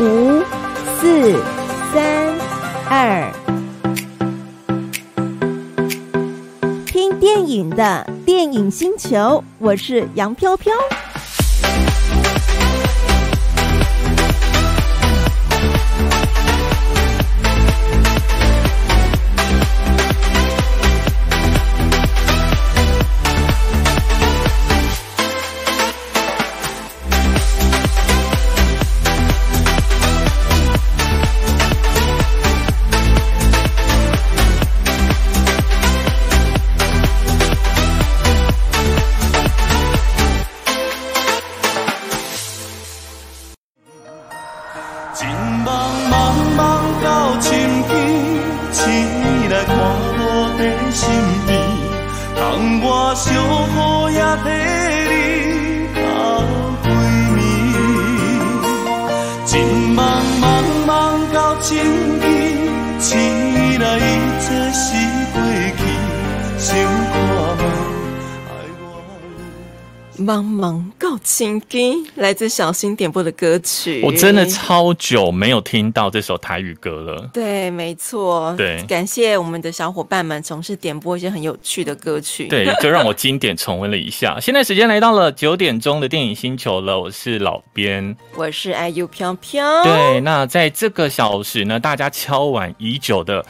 五、四、三、二，听电影的电影星球，我是杨飘飘。情茫茫茫到深更，醒来看我的心意，窗我小雨也替你到几暝。情茫茫茫到深更，醒来一切是过去，想看觅爱我。茫茫告情歌，来自小新点播的歌曲。我真的超久没有听到这首台语歌了。对，没错，对感谢我们的小伙伴们总是点播一些很有趣的歌曲。，对， 就让我经典重温了一下。现在时间来到了九点钟的电影星球了，我是老边。我是 IU 飘飘。对，那在这个小时呢，大家敲碗已久的。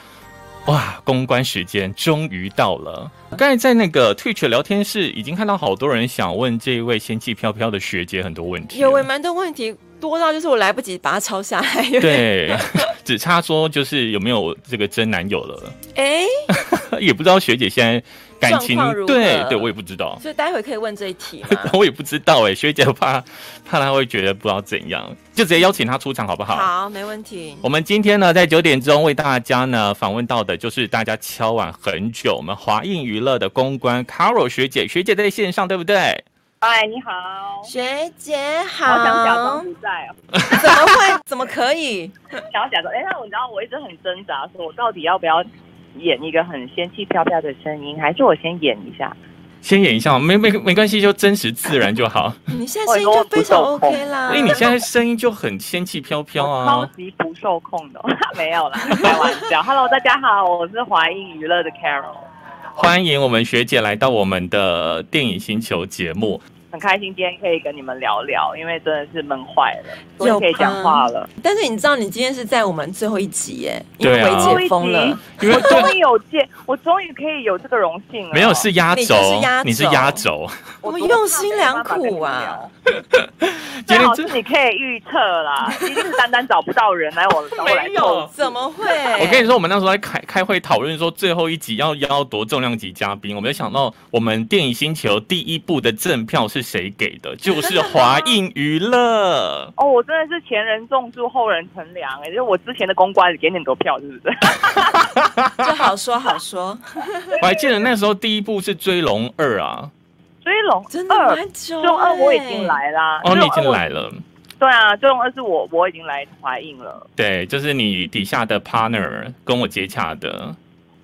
哇，公关时间终于到了！刚才在那个 Twitch 聊天室已经看到好多人想问这位仙气飘飘的学姐很多问题了。有诶，蛮多问题多到就是我来不及把它抄下来。， 对， 只差说就是有没有这个真男友了，哎， 也不知道学姐现在感情状况如何啊对对，我也不知道。？所以待会可以问这一题嘛 我也不知道哎、学姐怕怕她会觉得不知道怎样，就直接邀请她出场好不好？好，没问题。我们今天呢，在九点钟为大家呢访问到的就是大家敲碗很久，我们华映娱乐的公关 Caro 学姐，学姐在线上对不对？嗨，哎你好，学姐好，好想假装不在哦，怎么会？怎么可以？想要假装。哎、那我知道我一直很挣扎，说我到底要不要演一个很仙气飘飘的声音，还是我先演一下？先演一下，没没没关系，就真实自然就好。你现在哎声音就非常 OK 啦因。为你现在声音就很仙气飘飘我超啊。级不受控的， 没有啦，开玩 笑。Hello，大家好，我是华映娱乐的 Carol，欢迎我们学姐来到我们的电影星球节目。很开心今天可以跟你们聊聊，因为真的是闷坏了，终有于可以讲话了，但是你知道，你今天是在我们最后一集耶，因为对啊解封了。因为我终于有见，我终于可以有这个荣幸了。没有是压你轴就是压，你是轴压轴。我我们多用怕心没有良办法跟苦你啊聊今最天好真是你可以预测 啦，一定是单单找不到人来我找我来没凑有。怎么会？哎我跟你说，我们那时候在开开会讨论说，最后一集要邀多重量级嘉宾，我们就想到我们电影星球第一部的赠票是谁给的， 就是华映娱乐。哦，我真的是前人种树，后人乘凉哎，就是我之前的公关给你很多票，是不是？ 就好说好说，我还记得那时候第一部是《追龙二》啊，所以龙真的哎二，蛮久。中二我已经，来啦。哦，中你二已经我。来了，对啊，中二是我我已经来怀孕了。对，就是你底下的 partner 跟我接洽的，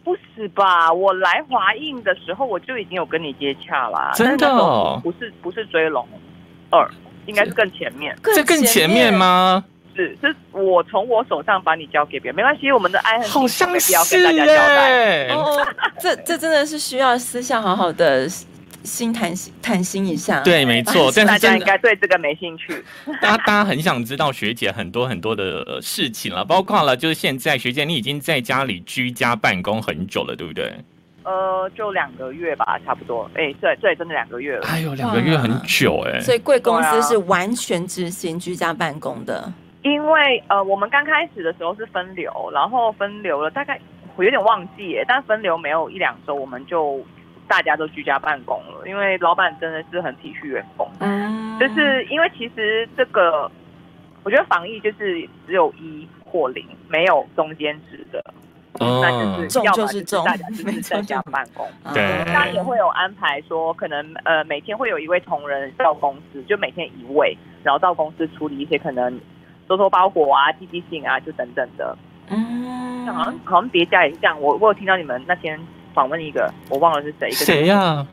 不是吧？我来华映的时候，我就已经有跟你接洽啦。真的但是那时候哦不是不是追龙二，应该是更前面。这更前面？吗？是，是我从我手上把你交给别人，没关系，我们的爱恨好情仇像没必是要跟大家交代。哎、哦，这这真的是需要私下好好的心谈心谈心一下。，对，没 错，但大是家真应的，该对这个没兴趣。大家大家很想知道学姐很多很多的呃事情了，包括了就是现在学姐你已经在家里居家办公很久了，对不对？呃，就两个月吧，差不多。哎、对对，真的两个月了。哎呦，两个月很久哎、所以贵公对司啊是完全执行居家办公的。因为呃，我们刚开始的时候是分流，然后分流了大概我有点忘记耶，但分流没有一两周，我们就大家都居家办公了，因为老板真的是很体恤员工。嗯，就是因为其实这个，我觉得防疫就是只有一或零，没有中间值的，那就嗯，是哦中要就么是是中大家就 没是错在家办公，啊对当然也会有安排说，可能呃每天会有一位同仁到公司，就每天一位，然后到公司处理一些可能收收包裹啊、寄寄信啊，就等等的。嗯 好像好像别家也是这样，我我有听到你们那天访问一个，我忘了是谁，一个谁呀、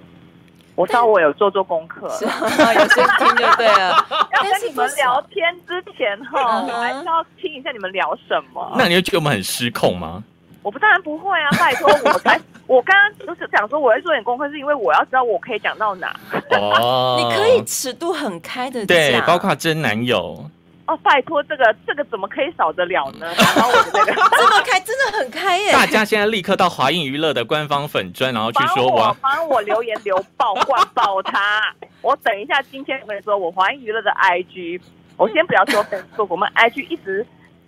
我知道我有做做功课，是啊，有些听就对了。要但是跟你们多少聊天之前哈，嗯哼我还是要听一下你们聊什么。那你就觉得我们很失控吗？我不当然不会啊，拜托我才，我刚刚就是想说我会做点功课，是因为我要知道我可以讲到哪哦， 你可以尺度很开的对，讲包括真男友，哦。拜托，这个这个怎么可以少得了呢？嗯然后我的那个这么开，真的很开耶、大家现在立刻到华映娱乐的官方粉砖，然后 去帮说我我哦帮我留言留爆灌爆他。我等一下，今天我跟你说，我华映娱乐的 IG，我先不要说 Facebook，我们 IG 一直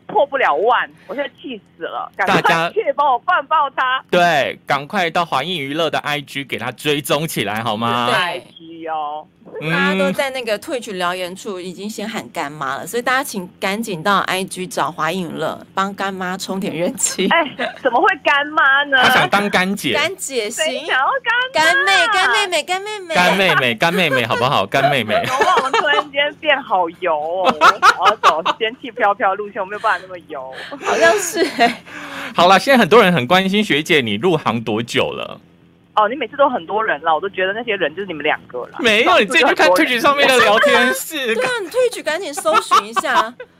破不了万，我现在气死了，赶大家快去帮我灌爆他对，赶快到华映娱乐的 IG 给他追踪起来好吗？对 IG 哦。大家都嗯，在那个 Twitch 留言处已经先喊干妈了，所以大家请赶紧到 IG 找华映乐，帮干妈充点人气。哎，怎么会干妈呢？他想当干姐、干姐谁行，想要干妈干妹、干妹妹、干妹妹、干妹妹、干妹妹，好不好？干妹妹，哇，我们突然间变好油哦！我要走仙气飘飘路线，我没有办法那么油。好像 是、哎好了，现在很多人很关心学姐你入行多久 了？哦，你每次都很多人了，我都觉得那些人就是你们两个了。没有，你自己去看 Twitch 上面的聊天室 对。啊，你 Twitch 赶紧搜寻一 下，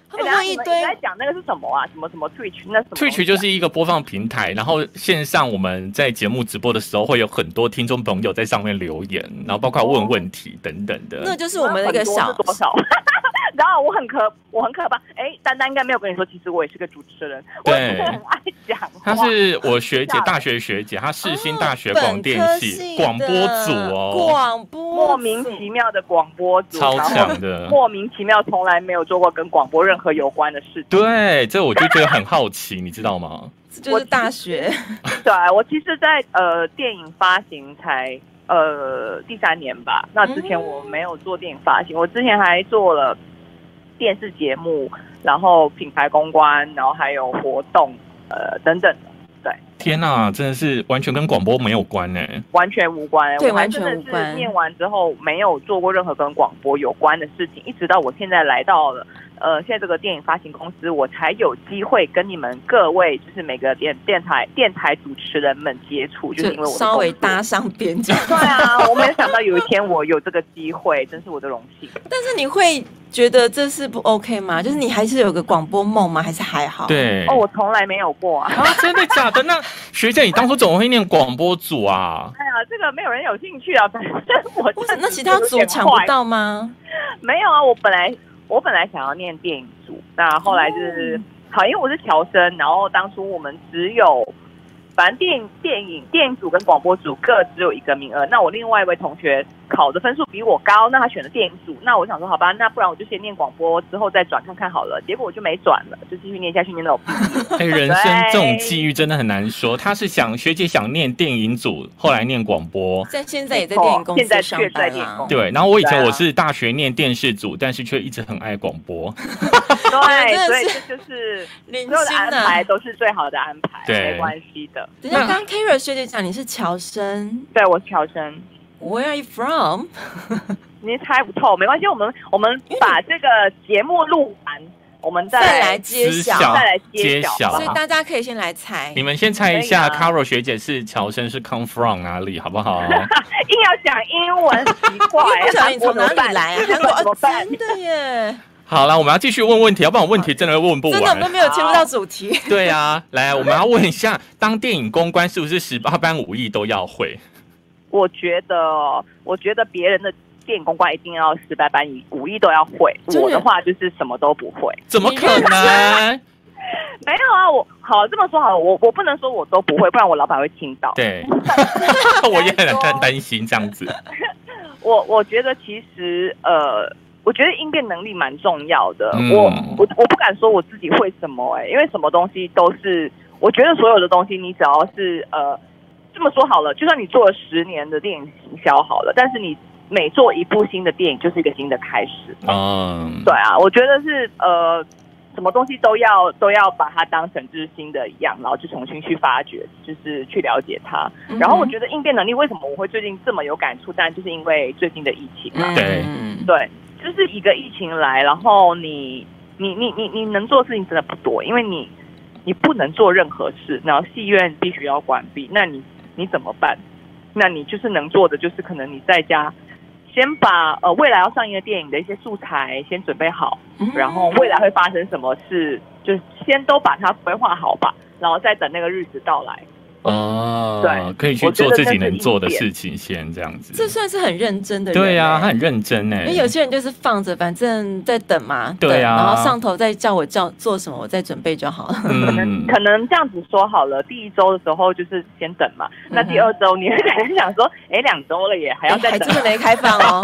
他哎，们然后问你一们堆你在讲那个是什么啊？什么什么 Twitch 那什么啊 Twitch 就是一个播放平台，然后线上我们在节目直播的时候，会有很多听众朋友在上面留言，然后包括问问题等等那的。就是我们的一个小很多是多少？ 然后我很可我很可怕。哎，丹丹应该没有跟你说，其实我也是个主持人，我对也是很爱讲话。她是我学姐哇，大学学姐，她世新大学本广电科系系广播的组哦，广播莫名组其妙的广播组，超然后强的。莫名其妙从来没有做过跟广播任何有关的事情。对，这我就觉得很好奇，你知道吗？这就是大学，对，啊我其实在，呃电影发行才呃第三年吧。那之前嗯我没有做电影发行，我之前还做了电视节目，然后品牌公关，然后还有活动，呃等等的，天呐、真的是完全跟广播没有关欸呢、完全无关。对我还完全真的无关是念完之后没有做过任何跟广播有关的事情，一直到我现在来到了。呃，现在这个电影发行公司，我才有机会跟你们各位，就是每个电电台电台主持人们接触，就是因为我的稍微工作搭上边角。对啊，我没有想到有一天我有这个机会，真是我的荣 幸。但是你会觉得这是不 OK 吗？就是你还是有个广播梦吗？还是还好？，对，哦，我从来没有过啊！啊，真的假的？那学姐，你当初怎么会念广播组 啊？哎呀，这个没有人有兴趣啊， 反正我为什么那其他组抢不到吗？没有啊，我本来我本来想要念电影组，那后来就是呃好，因为我是侨生，然后当初我们只有。反正电影、电影、电影组跟广播组各只有一个名额。那我另外一位同学考的分数比我高，那他选了电影组。那我想说，好吧，那不然我就先念广播，之后再转看看好了。结果我就没转了，就继续念下去，念到我毕业哎，人生这种际遇真的很难说。她是想学姐想念电影组，后来念广播。在现在也在电影公司上现在确班啊在电影啦公。司对，然后我以前对啊我是大学念电视组，但是却一直很爱广播。对，哎真的所以是 这就是零所有的星安啊排都是最好的安排，对没关系的。等一下，刚刚 Kara 学姐讲你是侨生对我是乔生， ，Where are you from？你猜不透，没关系，我们我们把这个节目录完，我们再再来揭知晓晓。再来揭揭晓晓所以吧。大家可以先来猜你。们先猜一下可以啊，Caro 学姐是乔生是 come from 哪里，好不好？硬要讲英文，奇怪因为，不晓得哎 韩你从国怎哪么办里来啊？日韩国 本怎么哦，办？真的耶，好啦，我们要继续问问题，要不然我问题真的会问不真的我们都完。没有切入到主题。对啊，来，我们要问一下，当电影公关是不是十八般武艺都要会？我觉得，我觉得别人的电影公关一定要十八般武艺都要会，真的我的话就是什么都不会。怎么你可能？没有啊，我好这么说好了，我我不能说我都不会，不然我老板会听到。对，我也很担担心这样子。我我觉得其实呃，我觉得应变能力蛮重要的。嗯我我我不敢说我自己会什么哎、因为什么东西都是，我觉得所有的东西你只要是呃，这么说好了，就算你做了十年的电影行销好了，但是你每做一部新的电影就是一个新的开始。嗯，对啊，我觉得是呃。什么东西都要都要把它当成就是新的一样，然后去重新去发掘，就是去了解它。然后我嗯觉得应变能力为什么我会最近这么有感触，当然就是因为最近的疫情嘛。嗯对对，就是一个疫情来，然后你你你你你能做的事情真的不多，因为你你不能做任何事，然后戏院必须要关闭，那你你怎么办？那你就是能做的就是可能你在家先把呃未来要上映的电影的一些素材先准备好，嗯然后未来会发生什么事，就是先都把它规划好吧，然后再等那个日子到来。哦，对可以去我觉做得自己这是能一做的点事情，先这样子。 这算是很认真的人、对呀、呀、他很认真哎因为。有些人就是放着，反正在等嘛，对等啊然后上头再叫我叫做什么，我再准备就好了。可能、嗯，可能这样子说好了，第一周的时候就是先等嘛，嗯那第二周你会可能想说，哎，两周了耶，还要哎再还等真，的没开放哦。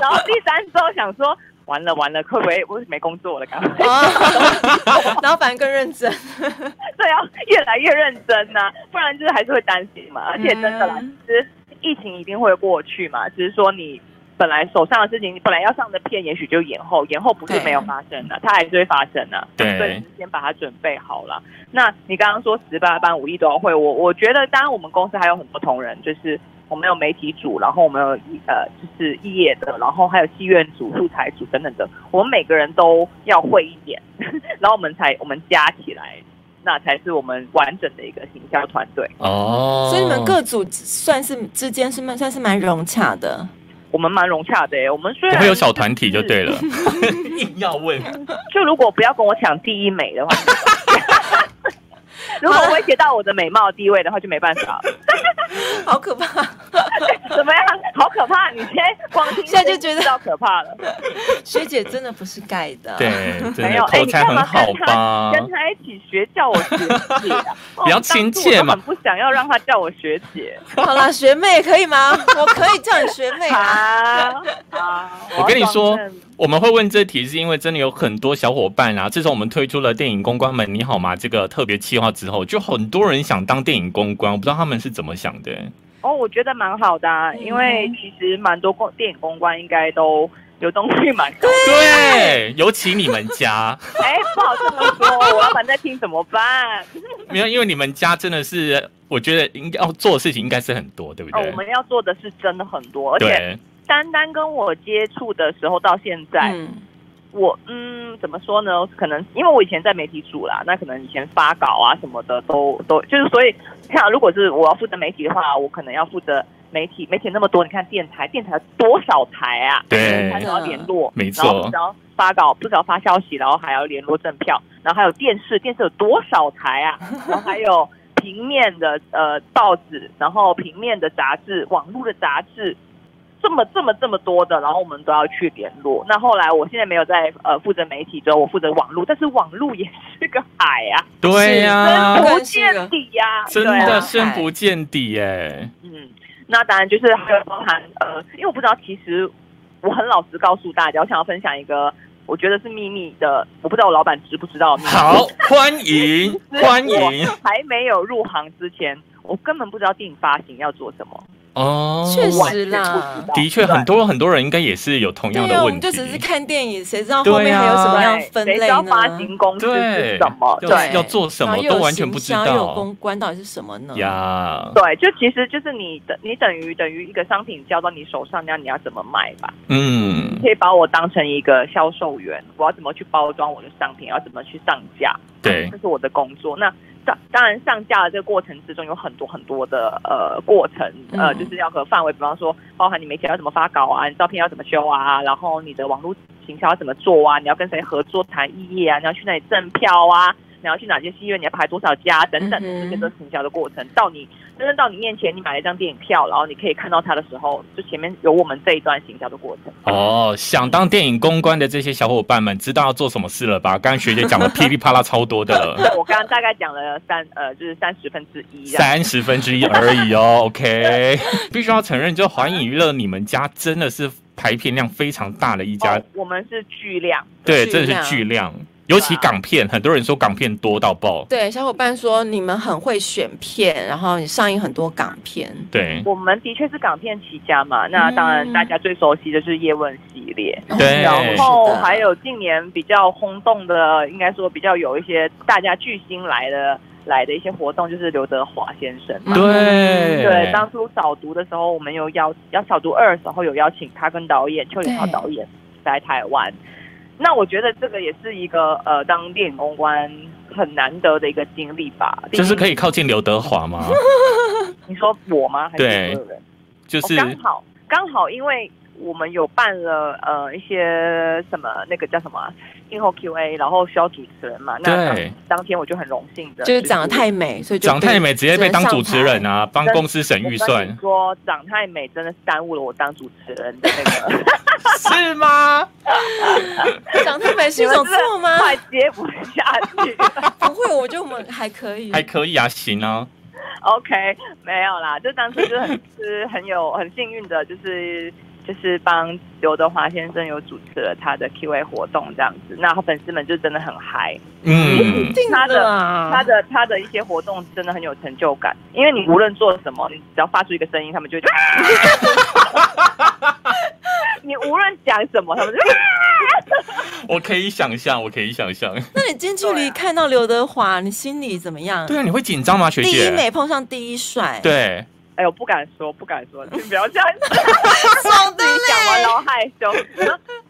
然后第三周想说，完了完了，会不会我没工作了？赶 快哦，然后反而更认真，对啊，越来越认真呐、不然就是还是会担心嘛。而且真的啦，嗯其实疫情一定会过去嘛，只是说你本来手上的事情，你本来要上的片，也许就延后，延后不是对没有发生的，它还是会发生的、对所以你先把它准备好了。那你刚刚说十八般武艺都要会，我我觉得，当然我们公司还有很多同仁，就是。我们有媒体组，然后我们有呃，就是艺业的，然后还有戏院组、素材组等等的，我们每个人都要会一点， 然后我们才我们加起来，那才是我们完整的一个行销团队。哦，所以你们各组算是之间是蛮算是蛮融洽的。我们蛮融洽的耶，我们虽不然会有小团体就对了， 硬要问。 啊就如果不要跟我抢第一美的话， 如果威胁到我的美貌地位的话，就没办法了。好可怕！ 怎么样？好可怕！你现在光听现在就觉得知道可怕了。学姐真的不是盖的，，对，真没的有，哎，口你才干很嘛好跟他吧？跟他一起学叫我学 姐啊？比较哦亲切嘛当初我都很不想要让他叫我学 姐。好啦，学妹可以 吗？我可以叫你学妹啊。啊啊！ 我跟你要说装正，我们会问这题，是因为真的有很多小伙伴啊。自从我们推出了电影公关门你好吗这个特别计划之后，就很多人想当电影公关，我不知道他们是怎么想的。哦，我觉得蛮好的、啊，因嗯为其实蛮多公电影公关应该都流动率蛮高的。啊对，尤其你们家，哎，不好这么说，我老板在听怎么办？哦没有，因为你们家真的是，我觉得应该要做的事情应该是很多，对不哦，对我？们要做的是真的很多，而且对，单单跟我接触的时候到现在，嗯，我嗯怎么说呢？可能因为我以前在媒体组啦，那可能以前发稿啊什么的都都就是，所以像如果是我要负责媒体的话，我可能要负责媒体，媒体那么多，你看电台，电台有多少台啊？对还要联络，哎没然后错不只要发稿，不只要发消息，然后还要联络赠票，然后还有电视，电视有多少 台啊？然后还有平面的呃报纸，然后平面的杂志，网络的杂志，这么这么这么多的，然后我们都要去联络。那后来我现在没有在呃负责媒体，之后我负责网络，但是网络也是个海啊，对呀、深是不见底呀、真对的啊深不见底耶。嗯，那当然就是还有包含呃，因为我不知道，其实我很老实告诉大家，我想要分享一个我觉得是秘密的，我不知道我老板知不知道的秘密。好，欢迎欢迎我还没有入行之前，我根本不知道电影发行要做什么，哦，确实完全不知道。的确，很多很多人应该也是有同样对的啊，我问们题，就只是看电影，谁知道对后面还有什么样对分谁类知道呢？发行公司对是什么？要对。要做什么然后又有都完全不知道行销又有公关到底是什么呢？呀。对，就其实就是你的，你等于等于一个商品交到你手上，那你要怎么卖吧？嗯，可以把我当成一个销售员，我要怎么去包装我的商品，要怎么去上架？对这是我的工作。那当当然上架的这个过程之中有很多很多的呃过程，呃，嗯就是要和范围，比方说包含你媒体要怎么发稿啊，你照片要怎么修啊，然后你的网络行销要怎么做啊，你要跟谁合作谈异业啊，你要去哪里赠票啊。你要去哪些戏院？你要排多少家？等等，嗯哼这些都是行销的过程。到你真正到你面前，你买了一张电影票，然后你可以看到它的时候，就前面有我们这一段行销的过程。哦，想当电影公关的这些小伙伴们，知道要做什么事了吧？刚刚学姐讲的噼里啪啦超多的了，我刚刚大概讲了三呃，就是三十分之一这样。三十分之一而已哦。OK，必须要承认，就环影娱乐，你们家真的是排片量非常大的一家哦，我们是巨量。对，巨真的是巨量。尤其港片，很多人说港片多到爆，对，小伙伴说你们很会选片，然后你上映很多港片。对我们的确是港片起家嗯嘛，那当然大家最熟悉的就是叶问系列，对然后是的还有近年比较轰动的，应该说比较有一些大家巨星来的来的一些活动，就是刘德华先生嘛。对对，当初扫毒的时候，我们有邀要扫毒二的时候有邀请他跟导演邱永涛对导演来台湾。那我觉得这个也是一个呃，当电影公关很难得的一个经历吧。就是可以，以靠近刘德华吗？你说我吗？还是对所有人？就是哦刚好刚好，因为我们有办了呃一些什么那个叫什么啊映后 Q&A，然后需要主持人嘛，那对当当天我就很荣幸的，就是长得太美，所以就长太被美直接被当主持人啊，帮真的公司省预我跟你算说长太美真的是耽误了我当主持人的那 个是吗？只能上台，长太美是一种错吗？快接不下去。 不会，我觉得我们还可以。还可以啊，行啊， OK，没有啦，就当初就是很是很有很幸运的，就是就是帮刘德华先生有主持了他的 Q&A 活动这样子，那粉丝们就真的很嗨，嗯，定他的啊他的他的一些活动真的很有成就感，因为你无论做什么，你只要发出一个声音，他们就会你无论讲什么，他们就我可以想象，我可以想象。那你近距离看到刘德华，你心里怎么样？啊对啊，你会紧张吗，学第一姐？美碰上第一帅，，对，哎呦不敢说不敢说，请不要这样子。爽的自己讲完嘞然。后害羞。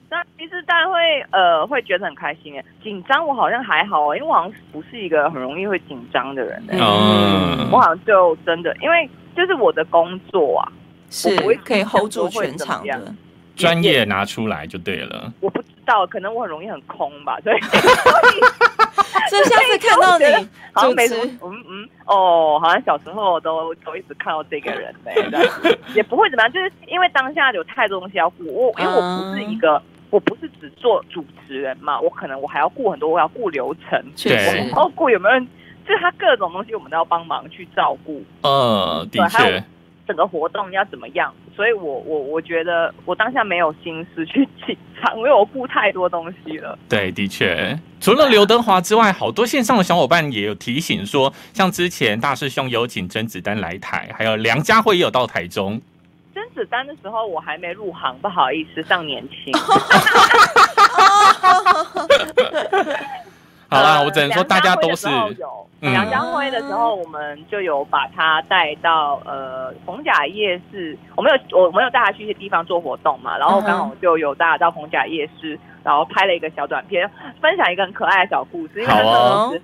那其实大家会呃会觉得很开心哎，紧张我好像还好哎，因为我好像不是一个很容易会紧张的人哎，嗯我，好像就真的因为就是我的工作啊， 是我不会可以 hold 住想说会全怎么场样的。专业拿出来就对了。我不知道，可能我很容易很空吧，所 以所以下次看 到我觉得你好像没主什么持，嗯嗯哦，好像小时候都都一直看到这个人 哎，这样子也不会怎么样，就是因为当下有太多东西要顾，我因为我不是一啊个。我不是只做主持人嘛，我可能我还要顾很多，我要顾流程，确对实然后顾有没有人，就是他各种东西我们都要帮忙去照顾，呃，的对还有确，整个活动要怎么样。所以我我我觉得我当下没有心思去紧张，因为我顾太多东西 了。对，的确。除了刘德华之外，好多线上的小伙伴也有提醒说，像之前大师兄有请甄子丹来台，还有梁家辉也有到台中。甄子丹的时候我还没入行，不好意思，上年轻。好啦，呃我只能说大家都是，梁家辉的时候有嗯梁家辉的时候，我们就有把他带到呃逢甲夜市，我们有我们有带他去一些地方做活动嘛，然后刚嗯好就有带他到逢甲夜市，然后拍了一个小短片，分享一个很可爱的小故事，因为那时好候哦是。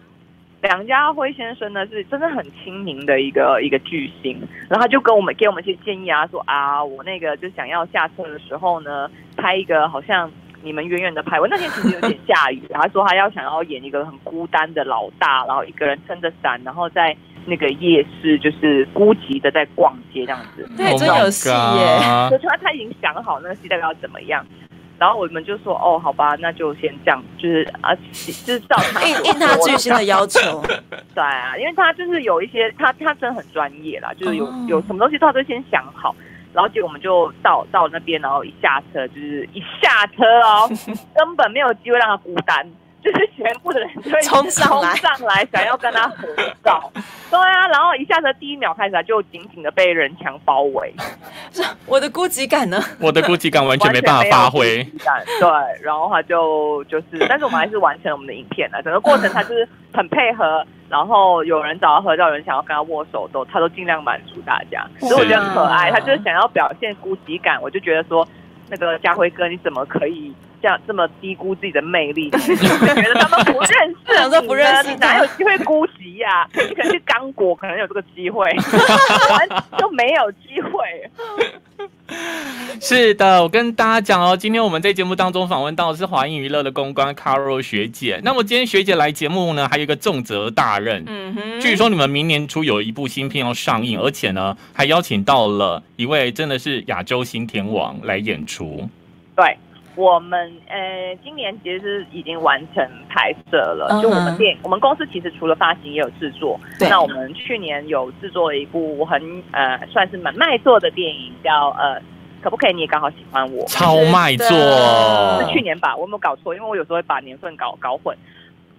梁家辉先生呢是真的很亲民的一个一个巨星，然后他就跟我们给我们一些建议啊，说啊，我那个就想要下车的时候呢，拍一个好像你们远远的拍我。那天其实有点下雨，然后他说他要想要演一个很孤单的老大，然后一个人撑着伞，然后在那个夜市就是孤寂的在逛街这样子。对 Oh 真有戏耶 my 所 god 以他他已经想好那个戏代表怎么样。然后我们就说哦，好吧，那就先这样，就是啊，就是照他应应他巨星的要 求，对啊，因为他就是有一些，他他真的很专业啦，就是有、哦有什么东西他都先想好，然后结果我们就到到那边，然后一下车就是一下车 哦，根本没有机会让他孤单， 就是全部的人就会冲上来冲上来想要跟他合照，对啊，然后一下车第一秒开始他啊就紧紧的被人墙包围，我的孤寂感呢？我的孤寂感完全完没全办法有发挥。孤单，对，然后他就就是，但是我们还是完成了我们的影片了，整个过程他就是很配合，然后有人找他合照，有人想要跟他握手都，他都尽量满足大家，所以我觉得很可爱，他就是想要表现孤寂感，我就觉得说，那个家辉哥你怎么可以？这样这么低估自己的魅力，你怎么觉得他们不认识你呢，想说不认识你他哪有机会估及呀、 你可能去刚果，可能有这个 机会，完就没有机会。是的，我跟大家讲哦，今天我们在节目当中访问到的是华映娱乐的公关 Caro 学姐。那么今天学姐来节目呢，还有一个重责大任。嗯哼，据说你们明年初有一部新片要上映，而且呢还邀请到了一位真的是亚洲新天王来演出。对，我们呃今年其实已经完成拍摄了嗯哼就我们电我们公司其实除了发行也有制作。对那我们去年有制作了一部很呃算是蛮卖座的电影，叫呃可不可以你也刚好喜欢我？超卖座是的，是去年吧？我有没有搞错？因为我有时候会把年份搞搞混。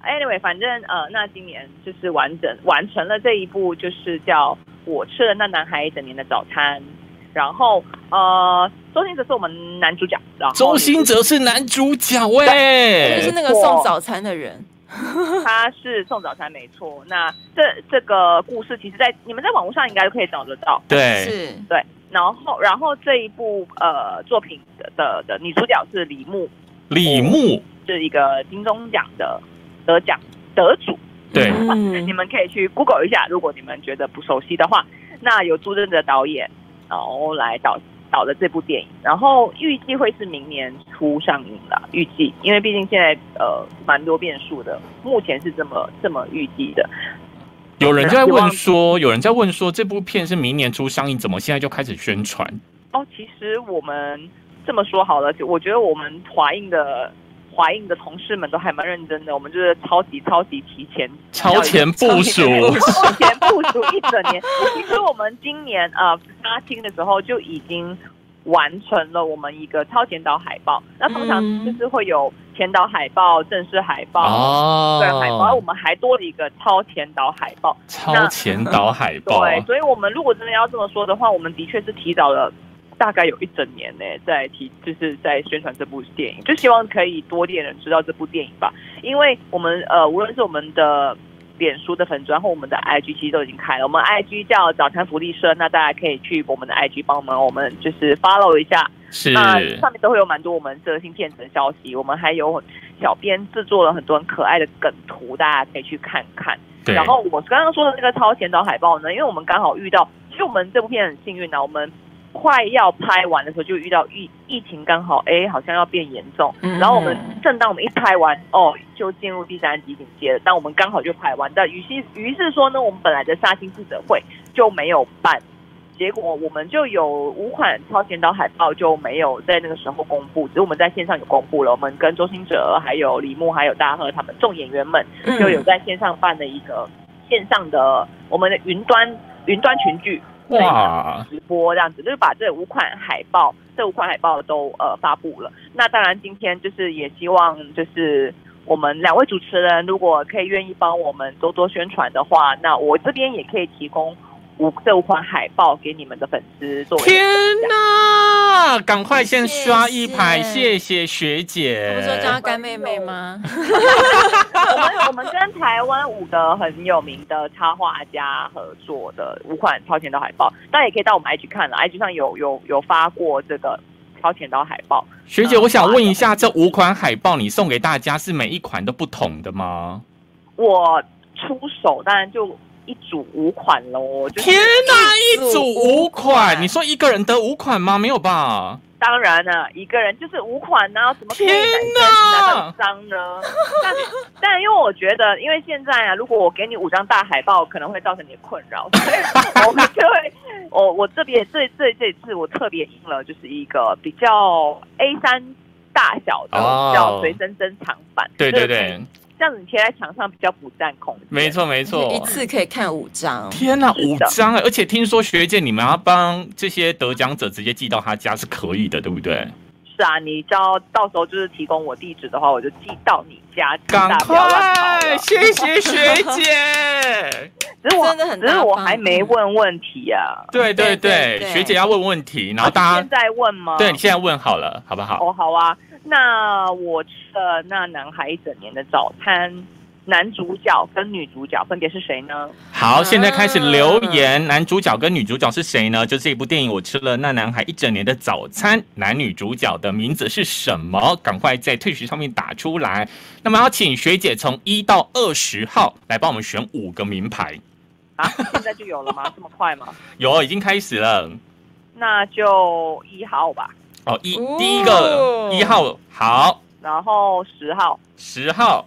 Anyway，反正呃，那今年就是完整完成了这一部，就是叫《我吃了那男孩一整年的早餐》，然后呃，周星驰是我们男主角，然后周星哲是男主角就哎、是那个送早餐的人，他是送早餐没错。那这这个故事，其实在，你们在网络上应该都可以找得到。对，是对，然后然后这一部呃作品的的的女主角是李牧，李牧，是一个金钟奖的得奖得主。对，嗯你们可以去 Google 一下，如果你们觉得不熟悉的话。那有朱正哲导演，然后来导导的这部电影，然后预计会是明年初上映啦，预计，因为毕竟现在呃蛮多变数的，目前是这么这么预计的。有人在问说，有人在问说，这部片是明年初上映，怎么现在就开始宣传？哦，其实我们这么说好了，就我觉得我们华映的华映的同事们都还蛮认真的，我们就是超级超级提前，超前部署，超前部署一整年。 其实我们今年呃杀青的时候就已经完成了我们一个超前导海报，那通常嗯就是会有前导海报、正式海报、哦对海报，我们还多了一个超前导海报。超前导海报，对，所以我们如果真的要这么说的话，我们的确是提早了大概有一整年呢，在提就是在宣传这部电影，就希望可以多点人知道这部电影吧。因为我们呃，无论是我们的脸书的粉砖或我们的 IG，其实都已经开了。我们 IG 叫早餐福利社，那大家可以去我们的 IG 帮忙，我们就是 follow 一下。是那上面都会有蛮多我们色性片子的消息，我们还有小编制作了很多很可爱的梗图，大家可以去看看。对然后我刚刚说的那个超前导海报呢，因为我们刚好遇到，其实我们这部片很幸运啊，我们快要拍完的时候就遇到疫疫情刚好哎好像要变严重，嗯然后我们正当我们一拍完哦就进入第三级警戒了，但我们刚好就拍完，但于是于是说呢，我们本来的杀青记者会就没有办。结果我们就有五款超前导海报就没有在那个时候公布，只是我们在线上有公布了。我们跟周星哲、还有李牧、还有大赫他们众演员们嗯就有在线上办了一个线上的我们的云端云端群聚哇，直播这样子，就是把这五款海报这五款海报都呃发布了。那当然今天就是也希望就是我们两位主持人如果可以愿意帮我们多多宣传的话，那我这边也可以提供五这五款海报给你们的粉丝作为天哪！赶快先谢谢刷一排，谢谢学他姐。不是说叫她干妹妹吗？我们我们跟台湾五个很有名的插画家合作的五款超前导海报，大家也可以到我们 IG 看了，IG 上有有有发过这个超前导海报。学姐，我想问一下，这五款海报你送给大家是每一款都不同的吗？我出手当然就一组五款喽，就是天哪，一一组组五五款款！你说一个人得五款吗？没有吧？当然了，一个人就是五款呢、怎么可以天拿哪到一张呢？ 但但因为我觉得，因为现在啊，如果我给你五张大海报，可能会造成你的困扰，所以我们就会，我我这边这这这次我特别印了，就是一个比较 A 三大小的，哦比较随身珍藏版，对就对是对，，这样子你贴在墙上比较不占空间，没。错没就错一。次可以看五张，哦天呐，是五的张啊！而且听说学姐你们要帮这些得奖者直接寄到他家是可以的，对不对？是啊，你只要到时候就是提供我地址的话，我就寄到你家，赶大家不要乱跑快了，谢谢学姐。只是我真的很大只是我方嗯还没问问题啊。对对对对对，学姐要问问题，然后啊大现家在问吗？对你现在问好了，好不好？哦，好啊。那我吃了那男孩一整年的早餐，男主角跟女主角分别是谁呢？好，现在开始留言，男主角跟女主角是谁呢？就这一部电影，我吃了那男孩一整年的早餐，男女主角的名字是什么？赶快在退学上面打出来。那么要请学姐从一到二十号来帮我们选五个名牌。啊， 现在就有了吗？这么快吗？有，已经开始了。那就一号吧，哦，一哦第一个一号好，然后十号，十号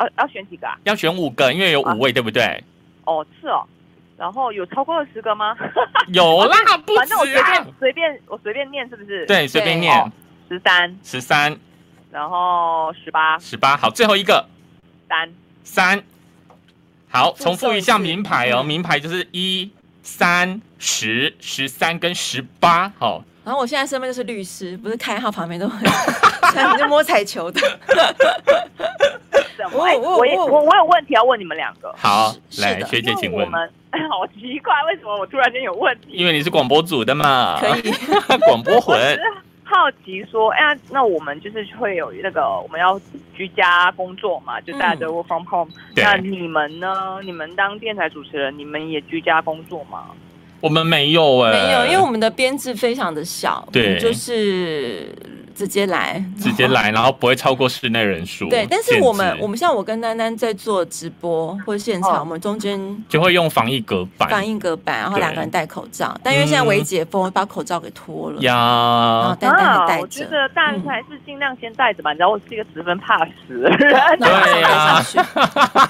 要、要选几个啊？要选五个，因为有五位，对不对？哦，是哦。然后有超过二十个吗？有啦，哦不 反正我止随啊便。随便我随便念是不是？，对，随便对念哦十三，十三、然后十八，十八，好，最后一个三三，好，复重复诵一下一次名牌哦，嗯名牌就是一、三、十、十三跟十八，好，然后我现在身边就是律师，不是开号旁边都 很，你就摸彩球的，什哦么？哎哦我也哦我我有问题要问你们两个。好，是来，的学姐，请因为问我，们 好奇怪，为什么我突然间有问题？因为你是广播组的嘛，可以 广播 我只魂是，好奇说，哎、呀，那我们就是会有那个我们要居家工作嘛，就大家都 work from home、对那你们呢？你们当电台主持人，你们也居家工作吗？我们没有哎，没有，因为我们的编制非常的小，对我们就是直接来。直接来，然后不会超过室内人数。对，但是限我们制我们像我跟丹丹在做直播或现场，哦我们中间就会用防疫隔放板映隔板，然后对两个人戴口罩，但因为现在嗯微解封，我把口罩给脱了，然后呀。丹丹还戴啊我觉着。得大家还是尽量先戴着吧。你知道我是一个十分怕死的人， 那我对呀戴上去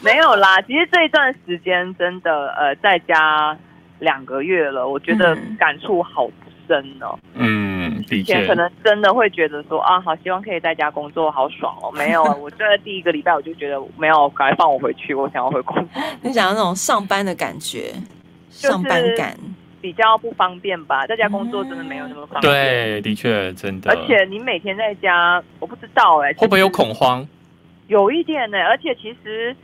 没有啦。其实这一段时间真的呃，在家两个月了，我觉得嗯感触好深哦。嗯，的以前确可，能真的会觉得说啊，好希望可以在家工作，好爽哦。没有， 我真的第一个礼拜我就觉得没有，赶快放我回去，我想要回公司，你想要那种上班的感觉，就是上班感，比较不方便吧。在家工作真的没有那么方便。。对，的确，真的。而且你每天在家，我不知道哎、会不会有就是恐慌？有一点呢、而且其实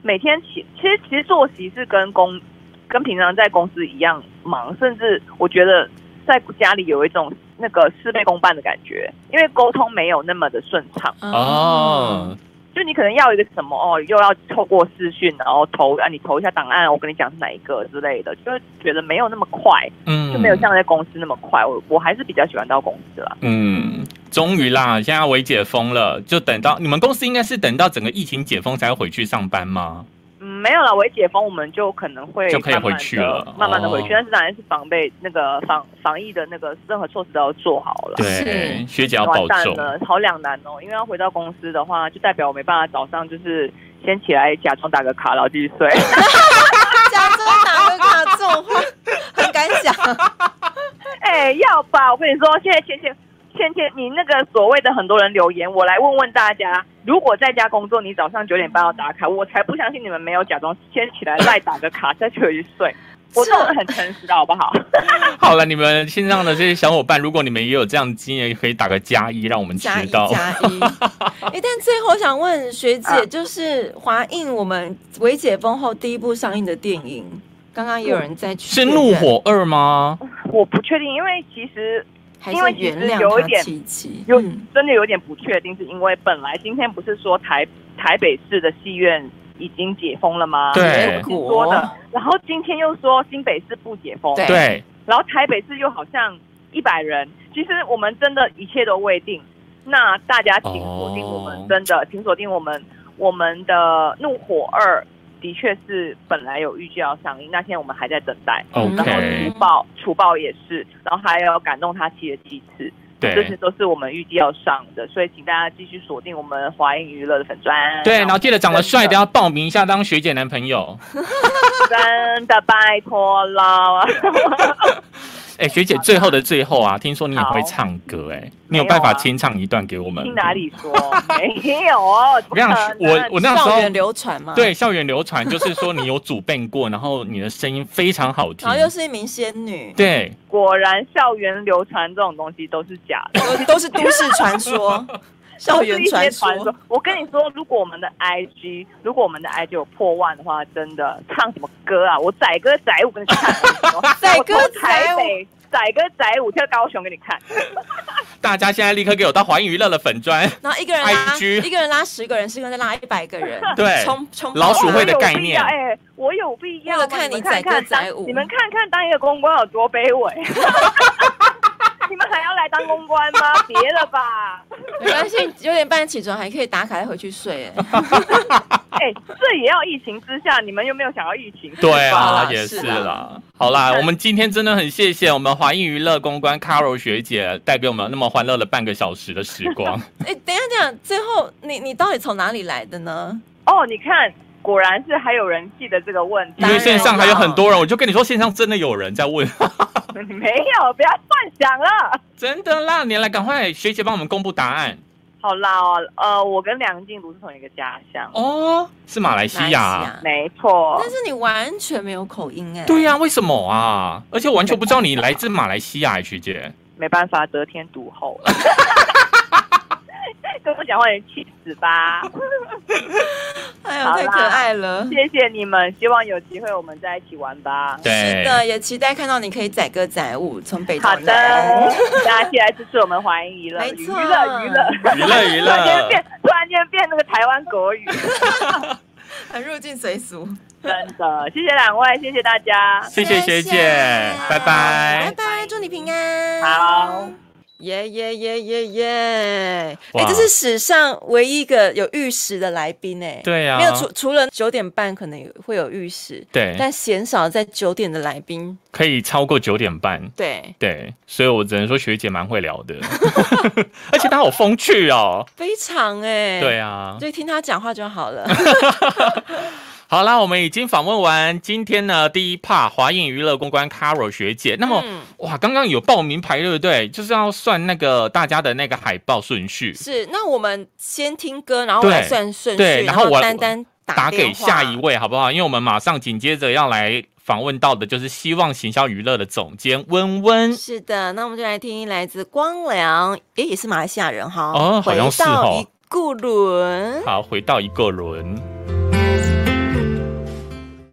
每天起，其实其实作息是跟公跟平常在公司一样忙，甚至我觉得在家里有一种那个事倍功半的感觉，因为沟通没有那么的顺畅。嗯 哦，就你可能要一个什么哦，又要透过视讯，然后投啊，你投一下档案，我跟你讲是哪一个之类的，就是觉得没有那么快，嗯，就没有像在公司那么快。我我还是比较喜欢到公司啦。嗯，终于啦，现在微解封了，就等到你们公司应该是等到整个疫情解封才回去上班吗？嗯，没有啦，我一解封，我们就可能会就可以慢慢回去地了慢慢的回去，哦但是当然是防备那个防防疫的那个任何措施都要做好了。对，哎学姐要完保蛋重。了，好两难哦，因为要回到公司的话，就代表我没办法早上就是先起来假装打个卡，然后继续睡。假装哪个卡这种话很敢讲，哎，要吧，我跟你说，现在倩倩倩倩，你那个所谓的很多人留言，我来问问大家，如果在家工作，你早上九点半要打卡，我才不相信你们没有假装先起来赖打个卡再去回去睡。我是这种人很诚实的好不好？好了，你们线上的这些小伙伴，如果你们也有这样的经验，也可以打个加一，让我们知加一道。加一。 哎，但最后我想问学啊姐，就是华映我们微解封后第一部上映的电影，刚刚也有人在去是怒火二吗？我不确定，因为其实还因为是其实原谅有一他点七七？有、嗯真的有点不确定，是因为本来今天不是说台台北市的戏院已经解封了吗？对是说的，然后今天又说新北市不解封，对对，然后台北市又好像一百人，其实我们真的一切都未定。那大家请锁定我们，哦真的请锁定我们我们的《怒火二》，的确是本来有预计要上映，那现在我们还在等待。嗯然后 OK，除暴除暴也是，然后还有感动他妻的妻子，这些对都是我们预计要上的，所以请大家继续锁定我们华映娱乐的粉砖。对，然后记得长得帅的真要报名一下当学姐男朋友。真的拜托了， 哎，学姐，最后的最后啊，听说你也好会唱歌，哎，你有没有办法啊清唱一段给我们？听呃哪？里 说没有？怎我么跟你讲可，能我我那时校候园流传嘛，，对，校园流传就是说你有主办过，然后你的声音非常好听然后，又是一名仙女，对，果然校园流传这种东西都是假的。都都是都市传 说， 校园都是一些传传说说。，我跟你说，如果我们的 IG，如果我们的 IG 有破万的话，真的唱什么歌啊？我载歌载舞给你 看，载歌载舞我从台北，载歌载舞跳高雄给你看。大家现在立刻给我到华映娱乐的粉砖，然后一个人拉 IG 一个人拉十个人，十个人再拉一百个人，对冲冲老鼠会的我有概必念要哎、我有必要为吗？了看你们看载歌看当载舞你们看看当一个公关有多卑 微。你们还要来当公关吗？别了吧，没关系，九点半起床还可以打卡再回去睡。嗯哎，哎、这也要疫情之下，你们有没有想要疫情？对好啊，啦也是嗯是啦啦。好啦，我们今天真的很谢谢我们华映娱乐公关 Carol 学姐带给我们那么欢乐的半个小时的时光。哎，等一下，等一下，最后你你到底从哪里来的呢？哦，你看，果然是还有人记得这个问题因当。为然线上还有啦很多人，我就跟你说，线上真的有人在问， 没有，不要幻想了。真的啦！你来赶快学姐帮我们公布答案好啦、哦，呃，我跟梁静茹是同一个家乡，哦，是马来西马来西亚。亚，没错啊但。是你完全没有口音哎。对呀、为什么啊？而且我完全不知道你来自马来西亚、学姐。没办法，得天独厚。 跟我讲话，你气死吧！哎呦，好啦太可爱了。谢谢你们，希望有机会我们在一起玩吧。对是，的，也期待看到你可以载歌载舞，从北到好的南。，大家现在支持我们华迎娱乐，没娱错乐娱乐，娱乐娱突然间 乐，变，突然间变那个台湾国语，很入境随俗。真的，谢谢两位，谢谢大家。谢谢学姐，拜拜拜。拜，祝你平安。好。耶耶耶耶耶！哎，哇这是史上唯一一个有玉石的来宾哎、对呀没有除除了九点半可能有会有玉石，对，但鲜少在九点的来宾。可以超过九点半。对，对，所以我只能说学姐蛮会聊的， 而且她好风趣哦。非常哎、对啊，所以听他讲话就好 了。好啦，我们已经访问完今天呢第一 part 华映娱乐公关 Caro 学姐。那么、嗯哇，刚刚有报名牌对不对？就是要算那个大家的那个海报顺序，是，那我们先听歌，然后我对来算顺序，对然然后我丹丹打电给话下一。位好不好？因为我们马上紧接着要来访问到的就是希望行销娱乐的总监温温。是的，那我们就来听来自光良，也也是马来西亚人哈，哦好像是回到哦一顾伦。好，回到一个轮。